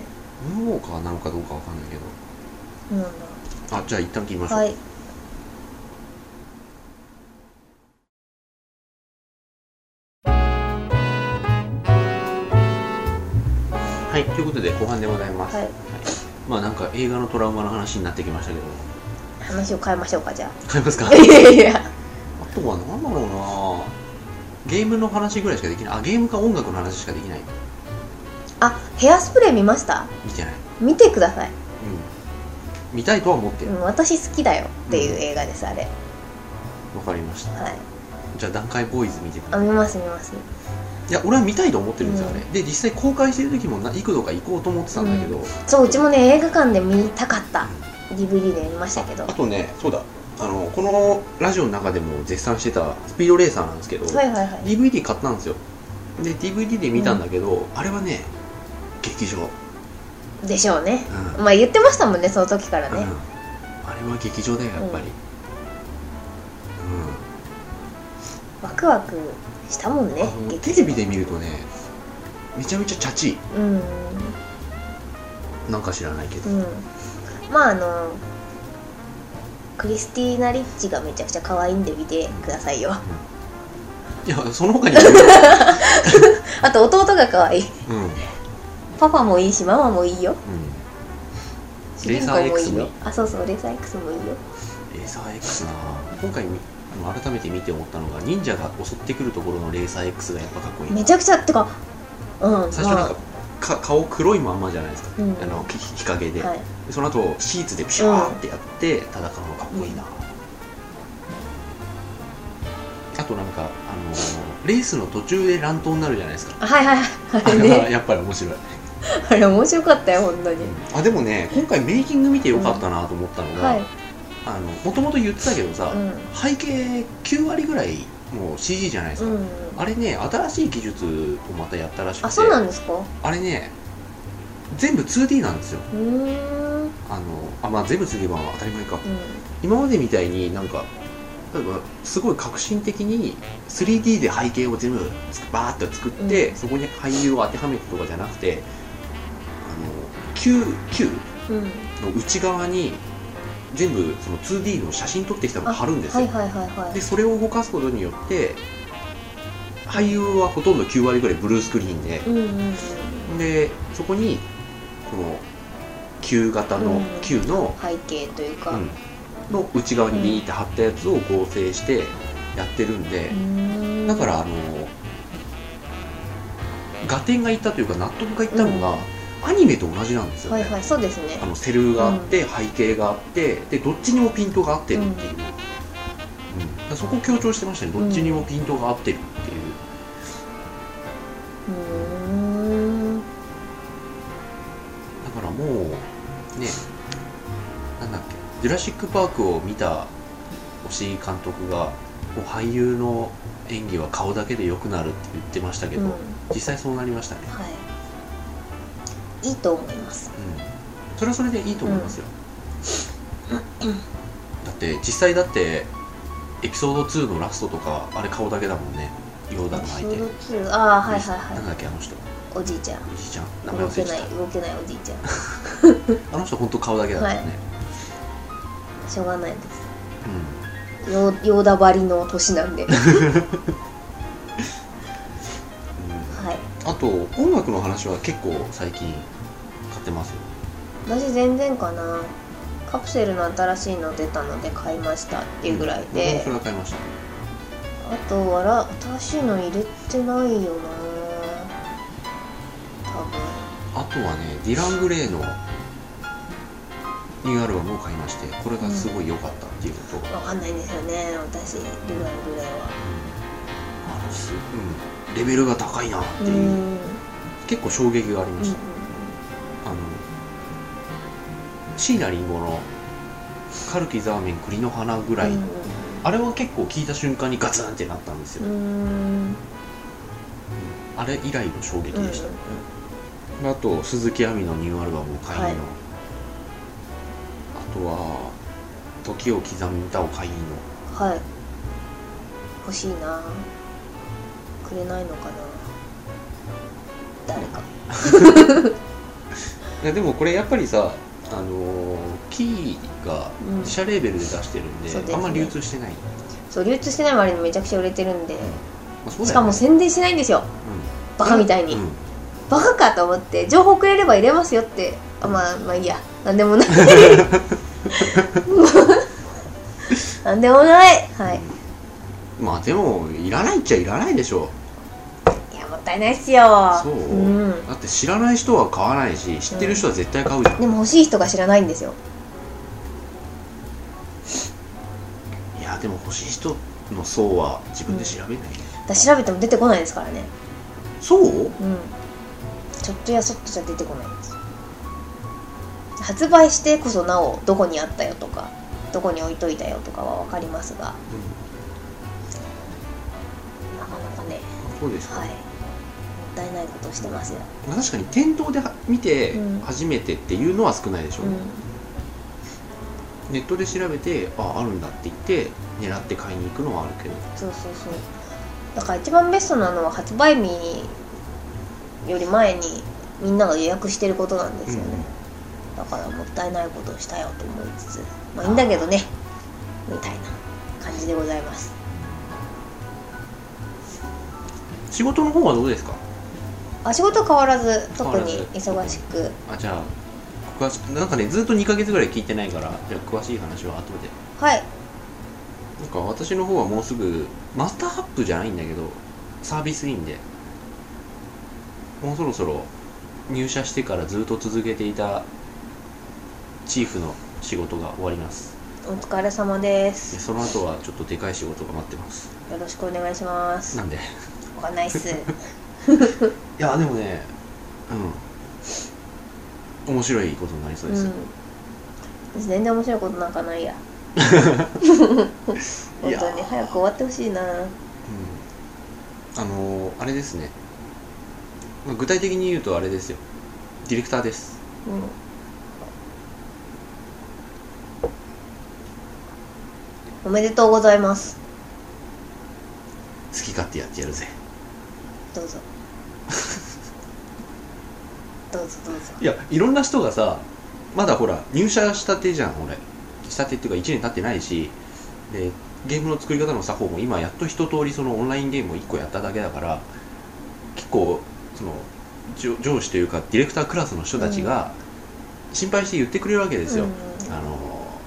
Speaker 1: ムーンウォーカーなのかどうかわかんないけど
Speaker 2: うん
Speaker 1: あじゃあ一旦切りましょう
Speaker 2: はい
Speaker 1: はい、ということで後半でございます、
Speaker 2: はい
Speaker 1: まあなんか映画のトラウマの話になってきましたけど
Speaker 2: 話を変えましょうかじゃ
Speaker 1: 買いますか
Speaker 2: あ いやいや
Speaker 1: あとは何だろうなゲームの話ぐらいしかできないあゲームか音楽の話しかできない
Speaker 2: あヘアスプレー見ました
Speaker 1: 見てない
Speaker 2: 見てください、
Speaker 1: うん見たいとは思って
Speaker 2: う
Speaker 1: るわ、
Speaker 2: ん、私好きだよっていう映画ですあれ
Speaker 1: かりました
Speaker 2: はい
Speaker 1: じゃあ段階ボーイズ見てくだ
Speaker 2: あ
Speaker 1: さい
Speaker 2: 見ます見ます
Speaker 1: いや俺は見たいと思ってるんですよ、
Speaker 2: うん
Speaker 1: あれで実際公開してる時もな幾度か行こうと思ってたんだけど、
Speaker 2: そううちもね映画館で見たかった DVD で見ましたけど
Speaker 1: あ
Speaker 2: は
Speaker 1: とねそうだあのこのラジオの中でも絶賛してたスピードレーサーなんですけど、
Speaker 2: いはいはい
Speaker 1: DVD 買ったんですよで DVD で見たんだけど、あれはね劇場、うん
Speaker 2: でしょうね
Speaker 1: うん
Speaker 2: まあ言ってましたもんねその時からね
Speaker 1: あれは劇場だよやっぱり、
Speaker 2: ワクワクしたもんね
Speaker 1: うんあの
Speaker 2: 劇
Speaker 1: テ
Speaker 2: 場
Speaker 1: レビで見るとねめちゃめちゃチャチい
Speaker 2: うん
Speaker 1: なんか知らないけど、
Speaker 2: うんまああのクリスティーナ・リッチがめちゃくちゃ可愛いんで見てくださいよ
Speaker 1: いやその他にもいる、
Speaker 2: あと弟が可愛い
Speaker 1: うんうん、
Speaker 2: パパもいいしママもいいよ主
Speaker 1: レー
Speaker 2: 人
Speaker 1: サー
Speaker 2: 公もい
Speaker 1: X
Speaker 2: い
Speaker 1: もい
Speaker 2: よ
Speaker 1: い
Speaker 2: あそうそうレーサー X もいいよ
Speaker 1: レーサー X なあ今回みあの改めて見て思ったのが忍者が襲ってくるところのレーサー X がやっぱかっこいい
Speaker 2: めちゃくちゃってかうん
Speaker 1: 最初なんか,、
Speaker 2: ま
Speaker 1: か顔黒いまんまじゃないですか、
Speaker 2: うん
Speaker 1: あのき日陰で、
Speaker 2: あはい
Speaker 1: その後シーツでピシャーってやって戦うのかっこいいな、あとなんか、あのーレースの途中で乱闘になるじゃないですか
Speaker 2: はいはいはい
Speaker 1: あ
Speaker 2: あれ
Speaker 1: れは
Speaker 2: ね
Speaker 1: やっぱり面白い、
Speaker 2: あれ面白かったよ本当に
Speaker 1: あでもね今回メイキング見てよかったなと思ったのが、
Speaker 2: はい
Speaker 1: あのもともと言ってたけどさ、
Speaker 2: うん
Speaker 1: 背景9割ぐらいもう CG じゃないです
Speaker 2: う
Speaker 1: か、
Speaker 2: ん
Speaker 1: あれね新しい技術をまたやったらしくて
Speaker 2: あそうなんですかう
Speaker 1: あれね全部 2D なんですよ
Speaker 2: ーんうん
Speaker 1: あのあまあ全部 2D 版は当たり前か今までみたいになんか例えばすごい革新的に 3D で背景を全部バーッと作って、
Speaker 2: うん
Speaker 1: そこに俳優を当てはめてとかじゃなくてあの Q, Q
Speaker 2: うん
Speaker 1: の内側に全部その 2D の写真撮ってきたのを貼るんです
Speaker 2: は
Speaker 1: よ、
Speaker 2: いはいはいは
Speaker 1: でそれを動かすことによって俳優はほとんど9割ぐらいブルースクリーンで
Speaker 2: いうんうんうん
Speaker 1: でそこにこの球型
Speaker 2: う
Speaker 1: の
Speaker 2: ん
Speaker 1: 球の、
Speaker 2: 背景というか
Speaker 1: う
Speaker 2: うん
Speaker 1: の内側にビーって貼ったやつを合成してやってるんで、
Speaker 2: ーん
Speaker 1: だからあの合点がいったというか納得がいったのが、アニメと同じなんですよ
Speaker 2: は
Speaker 1: ね、
Speaker 2: いはいそうですね
Speaker 1: あのセルがあって、背景があってでどっちにもピントが合ってるっていう、うんだからそこを強調してましたねどっちにもピントが合ってるっていう、
Speaker 2: うーん
Speaker 1: だからもうねなんだっけジュラシック・パークを見た押井監督がもう俳優の演技は顔だけで良くなるって言ってましたけど、
Speaker 2: うん
Speaker 1: 実際そうなりましたね、
Speaker 2: はいいいと思います
Speaker 1: うん、それはそれでいいと思いますよ、だって実際だってエピソード2のラストとかあれ顔だけだもんねヨーダの相手
Speaker 2: ツーああはいはいは
Speaker 1: なん
Speaker 2: い
Speaker 1: だっけあの人
Speaker 2: おじいちゃん
Speaker 1: おじいちゃん名前
Speaker 2: 動
Speaker 1: 忘れ
Speaker 2: け
Speaker 1: ちゃ
Speaker 2: な
Speaker 1: っ
Speaker 2: い動けないおじいちゃん
Speaker 1: たあの人本当顔だけだったよね、
Speaker 2: しょうがないで
Speaker 1: う
Speaker 2: す
Speaker 1: ん
Speaker 2: よヨーダばりの年な んでは
Speaker 1: うん
Speaker 2: い
Speaker 1: あと音楽の話は結構最近買ってますよ
Speaker 2: 私全然かなカプセルの新しいの出たので買いましたっていうぐらい
Speaker 1: うん僕も
Speaker 2: で
Speaker 1: それは買いました
Speaker 2: あとあら新しいの入れてないよな多分
Speaker 1: あとはねディラン・グレイのニューアルバムを買いましてこれがすごい良かったっていうこと、
Speaker 2: わかんないんですよね私デュラングレイは
Speaker 1: うんあのすうん、レベルが高いなって
Speaker 2: う
Speaker 1: いう、
Speaker 2: ん
Speaker 1: 結構衝撃がありま
Speaker 2: うん
Speaker 1: した、あの椎名林檎の「カルキザーメン栗の花」ぐらい、あれは結構聞いた瞬間にガツンってなったんです
Speaker 2: う
Speaker 1: よ、
Speaker 2: ん
Speaker 1: あれ以来の衝撃でした、
Speaker 2: うん
Speaker 1: あと鈴木亜美のニューアルバムを買いの、
Speaker 2: はい
Speaker 1: あとは「時を刻む歌」を買いの
Speaker 2: はい欲しいなくれないのかな誰か
Speaker 1: いやでもこれやっぱりさあのーキーが
Speaker 2: うん
Speaker 1: 自社レーベルで出してるんで,、
Speaker 2: そうですね
Speaker 1: あんま流通してない、ま
Speaker 2: そう流通してない割にめちゃくちゃ売れてるんで
Speaker 1: あそう
Speaker 2: し
Speaker 1: だ
Speaker 2: か
Speaker 1: よね
Speaker 2: も宣伝しないんですよバカみたいに、
Speaker 1: うんうん
Speaker 2: バカかと思って情報くれれば入れますよってあまあまあいいやなんでも ないなんでもないはい
Speaker 1: まあでもいらないっちゃいらないでしょ
Speaker 2: いやもったいないっすよ、
Speaker 1: そうんだって知らない人は買わないし知ってる人は絶対買うじゃん、
Speaker 2: でも欲しい人が知らないんですよ
Speaker 1: いやでも欲しい人の層は自分で調べない、
Speaker 2: だから調べても出てこないですからね
Speaker 1: そう
Speaker 2: うんちょっとやそっとじゃ出てこないんですよ発売してこそなおどこにあったよとかどこに置いといたよとかは分かりますがなかなかね
Speaker 1: そうですか、
Speaker 2: はいもったいないことをしてますよ
Speaker 1: まあ確かに店頭では見て
Speaker 2: うん
Speaker 1: 初めてっていうのは少ないでしょ、
Speaker 2: うん
Speaker 1: ネットで調べてああるんだって言って狙って買いに行くのはあるけど
Speaker 2: そうそうそうだから一番ベストなのは発売日より前にみんなが予約してることなんですよね、だからもったいないことをしたよと思いつつまあいいんだけどねみたいな感じでございます
Speaker 1: 仕事の方はどうですか
Speaker 2: あ仕事は変わらず
Speaker 1: 変
Speaker 2: 特
Speaker 1: わらず
Speaker 2: に忙しく
Speaker 1: あじゃあ詳しなんかねずっと2ヶ月ぐらい聞いてないからじゃあ詳しい話は後で
Speaker 2: はい
Speaker 1: なんか私の方はもうすぐマスターハップじゃないんだけどサービスインでもうそろそろ入社してからずっと続けていたチーフの仕事が終わります
Speaker 2: お疲れ様で
Speaker 1: ですその後はちょっとでかい仕事が待ってます
Speaker 2: よろしくお願いします
Speaker 1: なんで
Speaker 2: わかんないっす
Speaker 1: いやでもねうん面白いことになりそう
Speaker 2: う
Speaker 1: ですよ
Speaker 2: ん、私全然面白いことなんかない や本
Speaker 1: いや
Speaker 2: 当に早く終わってほしいな
Speaker 1: うんあのーあれですねまあ具体的に言うとあれですよディレクターです
Speaker 2: うんおめでとうございます
Speaker 1: 好き勝手やってやるぜ
Speaker 2: ど うぞどうぞどうぞ
Speaker 1: いやいろんな人がさまだほら入社したてじゃん俺したてっていうか1年経ってないしでゲームの作り方の作法も今やっと一通りそのオンラインゲームを1個やっただけだから結構その上上司というかディレクタークラスの人たちが心配して言ってくれるわけですよ、
Speaker 2: うん
Speaker 1: あの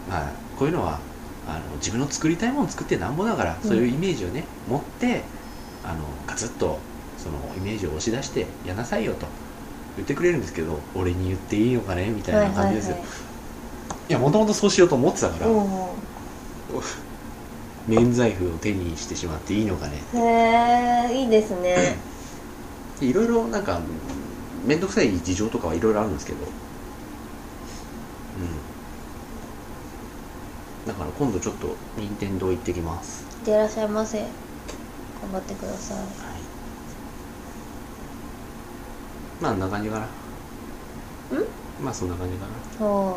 Speaker 1: まあ、こういうのはあの自分の作りたいものを作ってなんぼだからそういうイメージをね、持ってあのガツッとそのイメージを押し出してやんなさいよと言ってくれるんですけど俺に言っていいのかねみたいな感じですよ、いやもともとそうしようと思ってたから、
Speaker 2: お
Speaker 1: 免罪符を手にしてしまっていいのかね
Speaker 2: ーへえいいですね
Speaker 1: でいろいろなんか面倒くさい事情とかはいろいろあるんですけどだから今度ちょっと任天堂行ってきます、
Speaker 2: いってらっしゃいませ頑張ってください
Speaker 1: はい、まああんな感じかなまあそんな感じか
Speaker 2: お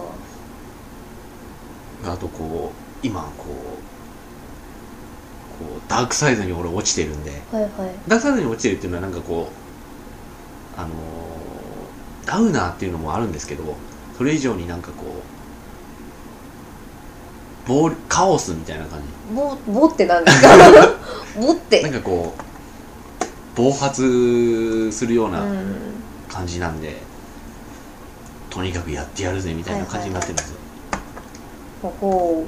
Speaker 1: なあとこう今こうこうダークサイドに俺落ちてるんで
Speaker 2: ーはいはい
Speaker 1: ダークサイドに落ちてるっていうのはなんかこうあのーダウナーっていうのもあるんですけどそれ以上になんかこう暴力カオスみたいな感じ
Speaker 2: ぼぼって なんですかぼって
Speaker 1: なんかこう暴発するよう
Speaker 2: う
Speaker 1: なん感じなんで、とにかくやってやるぜみたいな感じになってるんですよ、
Speaker 2: ほほ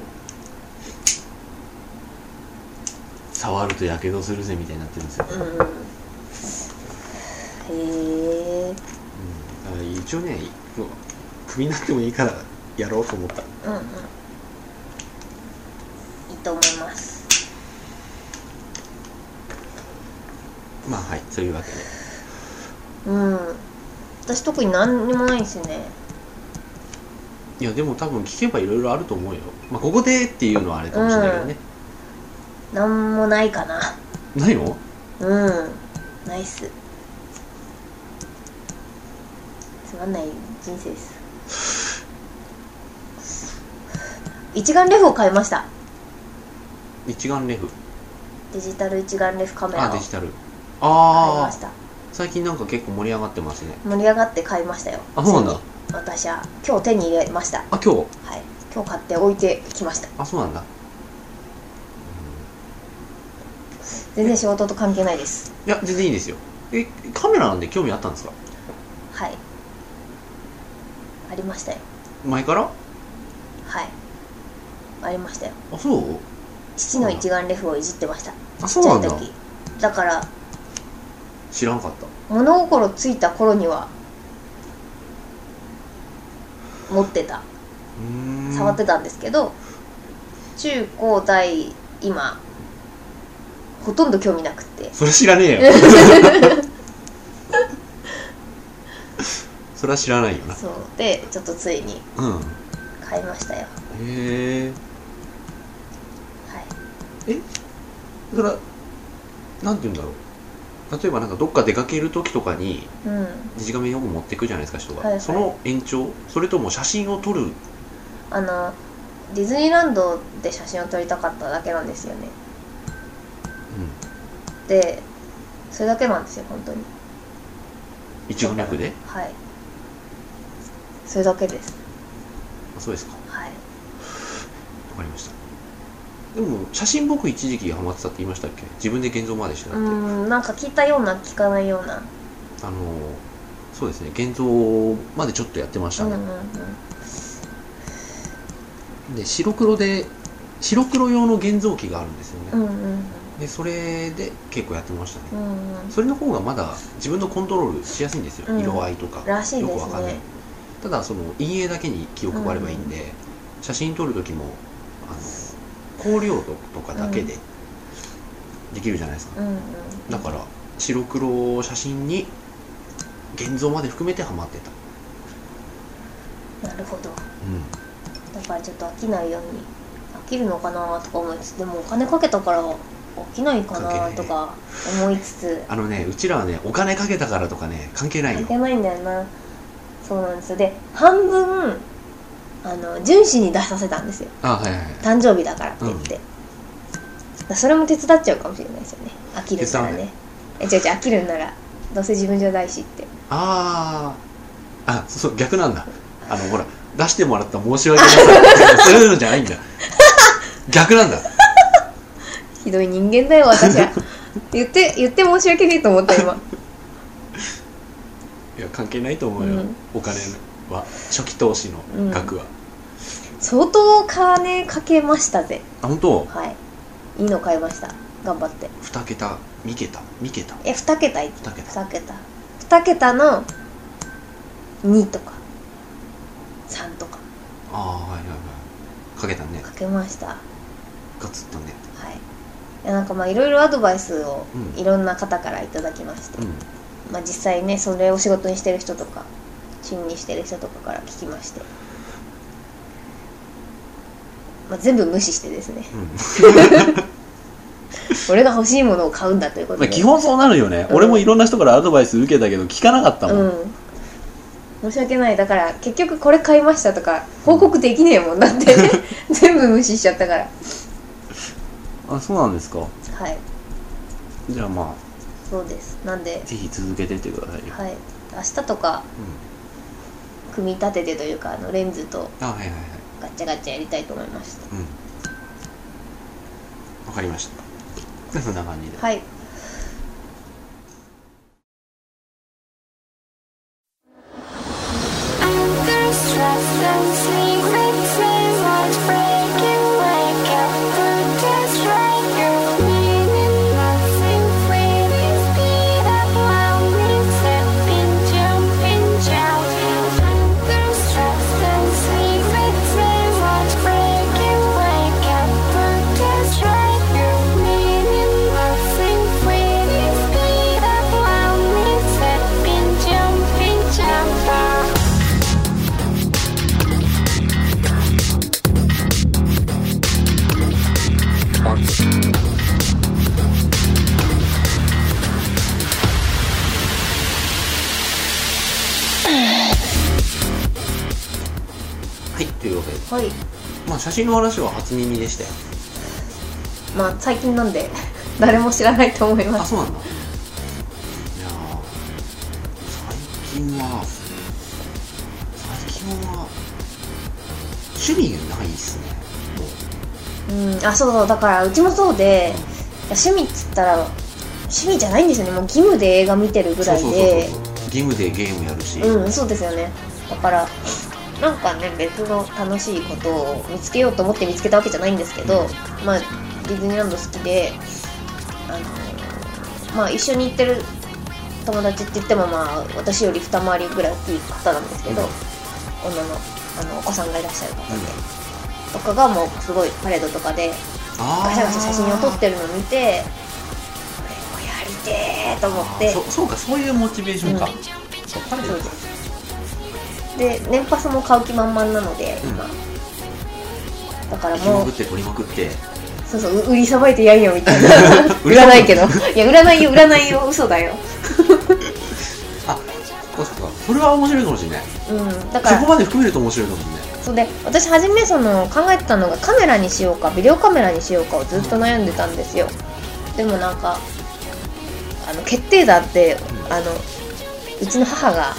Speaker 1: 触るとやけどするぜみたいになってるんですよ、
Speaker 2: う
Speaker 1: うん
Speaker 2: う
Speaker 1: だ
Speaker 2: んへえ
Speaker 1: から一応ねもうクビになってもいいからやろうと思った
Speaker 2: うんうんいいと思います
Speaker 1: まあはいそういうわけで
Speaker 2: うん私特に何にもないんですよね
Speaker 1: いやでも多分聞けばいろいろあると思うよまあここでっていうのはあれかもしれないけどね、
Speaker 2: 何もないかな
Speaker 1: ないの
Speaker 2: うんナイスつまんない人生です一眼レフを買いました
Speaker 1: 一眼レフ
Speaker 2: デジタル一眼レフカメラ
Speaker 1: あ
Speaker 2: を
Speaker 1: デ
Speaker 2: 買い
Speaker 1: ジタル
Speaker 2: ま
Speaker 1: あ
Speaker 2: し
Speaker 1: あ
Speaker 2: た
Speaker 1: 最近なんか結構盛り上がってますね
Speaker 2: 盛り上がって買いましたよ
Speaker 1: あそうなんだ
Speaker 2: ついに私は今日手に入れました
Speaker 1: あ今日
Speaker 2: はい今日買って置いてきました
Speaker 1: あそうなんだ
Speaker 2: 全然仕事と関係ないです
Speaker 1: いや、全然いいですよ。え、カメラなんで興味あったんですか
Speaker 2: はいありましたよ
Speaker 1: 前から
Speaker 2: はいありましたよ
Speaker 1: あ、そう
Speaker 2: 父の一眼レフをいじってました
Speaker 1: あ、
Speaker 2: ち
Speaker 1: そ
Speaker 2: っ
Speaker 1: う
Speaker 2: ち
Speaker 1: な
Speaker 2: ゃい
Speaker 1: んだ。
Speaker 2: 時だから
Speaker 1: 知らんかった。
Speaker 2: 物心ついた頃には持ってた
Speaker 1: うーん。
Speaker 2: 触ってたんですけど、中高大今ほとんど興味なくて
Speaker 1: それ知らねえよ。 それは知らないよな。
Speaker 2: そうでちょっとついに
Speaker 1: うん。
Speaker 2: 買いましたよ
Speaker 1: へえ。
Speaker 2: はい
Speaker 1: それは、なんて言うんだろう。例えばなんかどっか出かける時とかに
Speaker 2: うん
Speaker 1: デジカメよく持ってくじゃないですか人が、
Speaker 2: はいはい
Speaker 1: その延長それとも写真を撮る
Speaker 2: あのディズニーランドで写真を撮りたかっただけなんですよねでそれだけなんですよ本当に
Speaker 1: 一眼レフで
Speaker 2: はいそれだけです
Speaker 1: あそうですか
Speaker 2: はい
Speaker 1: わかりましたでも写真僕一時期ハマってたって言いましたっけ自分で現像までしてたっ
Speaker 2: う
Speaker 1: て、あの
Speaker 2: んなんか聞いたような聞かないような
Speaker 1: ーそうですね現像までちょっとやってました
Speaker 2: うんう
Speaker 1: ね
Speaker 2: ん、うん
Speaker 1: で白黒で白黒用の現像機があるんですよね
Speaker 2: う、んうん
Speaker 1: でそれで結構やってました
Speaker 2: う
Speaker 1: ね、
Speaker 2: んうん
Speaker 1: それの方がまだ自分のコントロールしやすいんですよ、
Speaker 2: うん
Speaker 1: 色合いとから
Speaker 2: しい
Speaker 1: よ
Speaker 2: で
Speaker 1: くわ
Speaker 2: す
Speaker 1: かんない
Speaker 2: ね
Speaker 1: ただその陰影だけに気を配ればいいんで、写真撮る時もあの光量とかだけでできるじゃないですか、
Speaker 2: うんうん
Speaker 1: だから白黒写真に現像まで含めてハマってた、
Speaker 2: なるほどだからちょっと飽きないように飽きるのかなとか思いつつでもお金かけたから飽きないか
Speaker 1: 関係な
Speaker 2: ないとか思いつつ
Speaker 1: あのねうちらはねお金かけたからとかね関係ない
Speaker 2: 関
Speaker 1: よ
Speaker 2: 係ないんだよなそうなんですよで半分あの純子に出させたんですよ
Speaker 1: あはいはいはい
Speaker 2: 誕生日だからって言って、だからそれも手伝っちゃうかもしれないですよね飽きる
Speaker 1: 手
Speaker 2: なら
Speaker 1: 伝わ
Speaker 2: ねえ違う違う飽きるならどうせ自分じゃないしって
Speaker 1: あーあそうそう逆なんだあのほら出してもらった申し訳ないそういうのじゃないんだ逆なんだ
Speaker 2: ひどい人間だよ私は言って言って申し訳ねえと思った今
Speaker 1: いや関係ないと思うよ、
Speaker 2: うん
Speaker 1: お金は初期投資の額は、
Speaker 2: 相当金かけましたぜ
Speaker 1: あ本当
Speaker 2: はいいいの買いました頑張って
Speaker 1: 二桁三桁三桁
Speaker 2: え2桁いっ
Speaker 1: 二桁
Speaker 2: 2桁2桁の2とか3とか
Speaker 1: ああはいはいはいかけたね
Speaker 2: かけましたは
Speaker 1: ガツッとね
Speaker 2: いいやなんかまあいろいろアドバイスを
Speaker 1: うん
Speaker 2: いろんな方からいただきまして、
Speaker 1: うん
Speaker 2: まあ、実際ねそれを仕事にしてる人とか趣味にしてる人とかから聞きましてまあ、全部無視してですね
Speaker 1: うん
Speaker 2: 俺が欲しいものを買うんだということ
Speaker 1: まあ、
Speaker 2: で、
Speaker 1: 基本そうなるよね、
Speaker 2: うん
Speaker 1: 俺もいろんな人からアドバイス受けたけど聞かなかったもん、
Speaker 2: うん申し訳ないだから結局これ買いましたとか報告できねえもんだって 全部無視しちゃったから
Speaker 1: あそうなんですか
Speaker 2: はい
Speaker 1: じゃあまあ
Speaker 2: そうですなんで
Speaker 1: ぜひ続けてってくださいよ、
Speaker 2: はい明日と
Speaker 1: う
Speaker 2: か
Speaker 1: ん
Speaker 2: 組み立ててというかあのレンズと
Speaker 1: あはいはいはい
Speaker 2: ガッチャガッチャやりたいと思いまし
Speaker 1: うんわかりましたじゃあそんな感じで
Speaker 2: たはい
Speaker 3: Jump up.
Speaker 1: はいというわけで、
Speaker 2: はい
Speaker 1: まあ、写真の話は初耳でしたよ
Speaker 2: まあ最近なんで 誰も知らないと思いま
Speaker 1: あ
Speaker 2: す
Speaker 1: そうなんだいやー最近は最近は趣味がないっすねもう
Speaker 2: うんあそうそうだからうちもそうでいや趣味っつったら趣味じゃないんですよねもう義務で映画見てるぐらいで
Speaker 1: そうそうそうそう義務でゲームやるし、
Speaker 2: うんそうですよねだからなんかね別の楽しいことを見つけようと思って見つけたわけじゃないんですけど、まあディズニーランド好きであのまあ一緒に行ってる友達って言ってもまあ私より二回りぐらい大きい方なんですけど、
Speaker 1: うん
Speaker 2: 女のあのお子さんがいらっしゃる方
Speaker 1: うん
Speaker 2: とかがもうすごいパレードとかで
Speaker 1: あー
Speaker 2: ガシャガシャ写真を撮ってるのを見てこれもやりてーと思って
Speaker 1: あーそそうかそういうモチベーションか、
Speaker 2: うん
Speaker 1: そう彼
Speaker 2: そ
Speaker 1: 女
Speaker 2: うですで年パスも買う気満々なので、
Speaker 1: うん
Speaker 2: 今だから
Speaker 1: 取りま
Speaker 2: も
Speaker 1: く
Speaker 2: う
Speaker 1: って取りまくって
Speaker 2: そうそうう売りさばいてやんよ みたいな売らないけどいや売らないよ売らないよ嘘だよ
Speaker 1: あそうかそうかそれは面白いかもしれない
Speaker 2: うんだか
Speaker 1: そこ
Speaker 2: ら
Speaker 1: まで含めると面白いかもしれない
Speaker 2: そうで私初めその考えてたのがカメラにしようかビデオカメラにしようかをずっと悩んでたんですよでもなんかあの決定打って
Speaker 1: うん
Speaker 2: あのうちの母が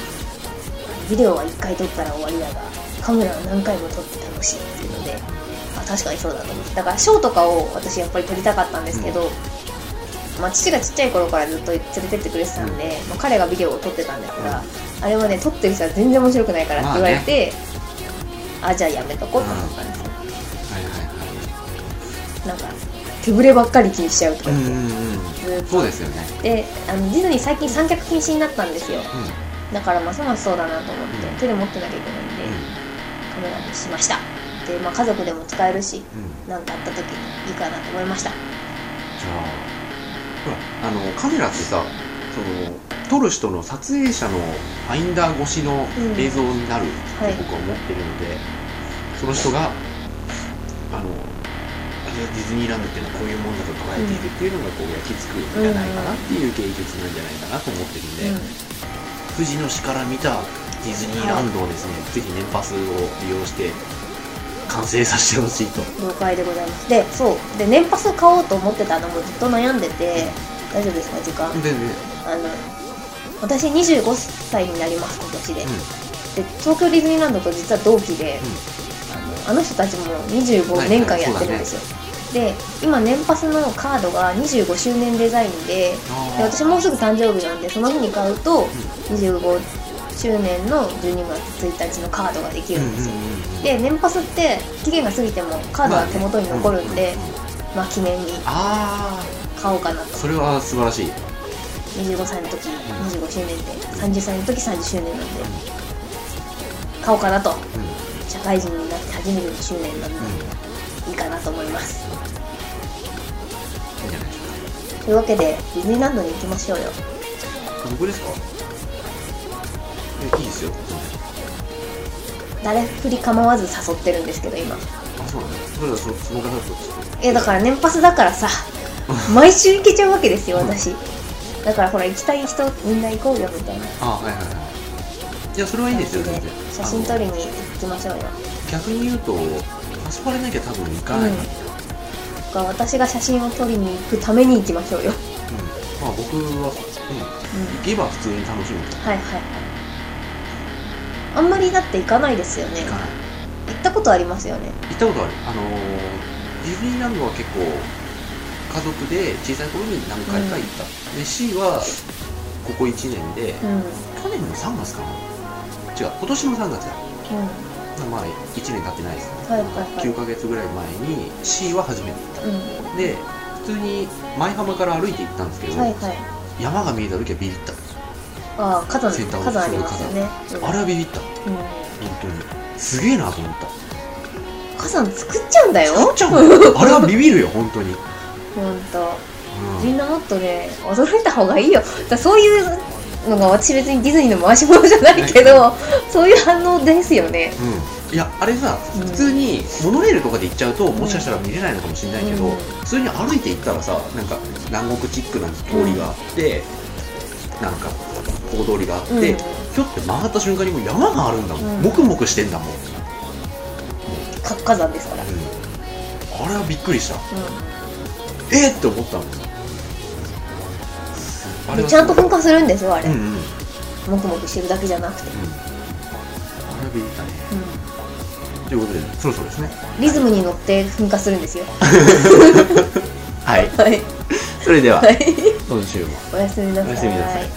Speaker 2: ビデオは1回撮ったら終わりだがカメラは何回も撮って楽しいっていうのであ確かにそうだと思ってだからショーとかを私やっぱり撮りたかったんですけど、まあ、父がちっちゃい頃からずっと連れてってくれてたんで、まあ、彼がビデオを撮ってたんだから、あれはね撮ってる人は全然面白くないからって言われて、あじゃあやめとこうと思ったんですよ、
Speaker 1: はいはいはい
Speaker 2: なんか手ぶればっかり気にしちゃうとか
Speaker 1: う
Speaker 2: 言
Speaker 1: ん
Speaker 2: って、
Speaker 1: うんうんそうですよね
Speaker 2: であのディズニー最近三脚禁止になったんですよ
Speaker 1: うんうん
Speaker 2: だからますますそうだなと思って、
Speaker 1: うん
Speaker 2: 手で持ってなきゃいけないんで、カメラにしましたで、まあ、家族でも使えるし
Speaker 1: うん
Speaker 2: 何かあった時にいいかなと思いました
Speaker 1: じゃあほらあのカメラってさその撮る人の撮影者のファインダー越しの
Speaker 2: うん
Speaker 1: 映像になるっ
Speaker 2: は
Speaker 1: て
Speaker 2: い
Speaker 1: 僕は思ってるので、その人があのあれディズニーランドっていうのはこういうもんだと捉えているっていうのがこう焼き付くんじゃないかなっていう芸術なんじゃないかなと思ってるんで、富士の市から見たディズニーランドをですね、ぜひ年パスを利用して完成させてほしいと。
Speaker 2: うん了解でございますでそうで年パス買おうと思ってたのもずっと悩んでて大丈夫ですか時間あの
Speaker 1: で、ね
Speaker 2: 私25歳になります今
Speaker 1: う
Speaker 2: 年で、
Speaker 1: ん
Speaker 2: で東京ディズニーランドと実は同期で、あのあの人たちも25年間やってるんですよ、で今年パスのカードが25周年デザインで
Speaker 1: あ
Speaker 2: で
Speaker 1: ー
Speaker 2: 私もうすぐ誕生日なんでその日に買うと25周年の12月1日のカードができるんですよ、
Speaker 1: うんうんうんうん
Speaker 2: で年パスって期限が過ぎてもカードは手元に残るんで、
Speaker 1: まあね
Speaker 2: まあ記念に
Speaker 1: あ
Speaker 2: 買おうかな
Speaker 1: あ
Speaker 2: と
Speaker 1: それは素晴らしい
Speaker 2: 25歳の時25周年で30歳の時30周年なんで買おうかなと
Speaker 1: うん
Speaker 2: 社会人になって初めての周年なんで、いいかなと思います
Speaker 1: いいんじゃないでしょ
Speaker 2: というわけでディズニーランドに行きましょう
Speaker 1: う
Speaker 2: よ
Speaker 1: か僕ですかえいいですよ
Speaker 2: 誰振り構わず誘ってるんですけど今
Speaker 1: あそうなんだそれはそその方とちょっと
Speaker 2: いやだから年パス だからさ毎週行けちゃうわけですよ私だからほら行きたい人みんな行こうよみたいな
Speaker 1: あはいはいはいいやそれはいいですよ全然
Speaker 2: 写真撮りに行きましょうよ
Speaker 1: 逆に言うと誘われなきゃ多分行かない、
Speaker 2: うん
Speaker 1: うん
Speaker 2: だから私が写真を撮りに行くために行きましょうよ、
Speaker 1: まあ僕は、うん、行けば普通に楽しむと
Speaker 2: はいはいはいあんまりだって行かないですよね
Speaker 1: 行かない
Speaker 2: 行ったことありますよね
Speaker 1: 行ったことあるあのーディズニーランドは結構家族で小さい頃に何回か行った、で C はここ1年で、
Speaker 2: うんうん
Speaker 1: 去年の3月かな違う今年の3月だまあ1年経ってないですね、
Speaker 2: はいはいはい
Speaker 1: 9ヶ月ぐらい前に C は初めて行っ
Speaker 2: うん
Speaker 1: たで普通に舞浜から歩いて行ったんですけど、
Speaker 2: はいはい
Speaker 1: 山が見えた時はビビった、
Speaker 2: ああ火山
Speaker 1: センターオ
Speaker 2: 火
Speaker 1: ブ
Speaker 2: 山ありますよね、うん
Speaker 1: あれはビビった
Speaker 2: うん
Speaker 1: 本当にすげえなと思った
Speaker 2: 火山作っちゃうんだよ
Speaker 1: 作っちゃうのあれはビビるよ本当に、
Speaker 2: ほんと
Speaker 1: うん
Speaker 2: みんなもっとね驚いた方がいいよだからそういうのが私別にディズニーの回し物じゃないけどそういう反応ですよね
Speaker 1: うん、いやあれさ
Speaker 2: うん
Speaker 1: 普通にモノレールとかで行っちゃうともしかしたら見れないのかもしれないけど、
Speaker 2: うん
Speaker 1: 普通に歩いて行ったらさなんか南国チックな通りがあって、なんか大通りがあって、
Speaker 2: うん
Speaker 1: ひょって曲がった瞬間にもう山があるんだもん、
Speaker 2: うん
Speaker 1: もくもくしてんだもん、うん、
Speaker 2: か火山ですから、うん、
Speaker 1: あれはびっくりしたえっ、って思ったもんあれは
Speaker 2: ちゃんと噴火するんですよあれ、
Speaker 1: うんうんうんあ
Speaker 2: もくもくしてるだけじゃなくて、
Speaker 1: れはびっくりしたね
Speaker 2: う
Speaker 1: ということでそろそろですね
Speaker 2: ん、リズムに乗って噴火するんですよ
Speaker 1: はい
Speaker 2: はい
Speaker 1: それでは
Speaker 2: はい
Speaker 1: 今週も
Speaker 2: おやすみな
Speaker 1: お
Speaker 2: さい
Speaker 1: やすみなさい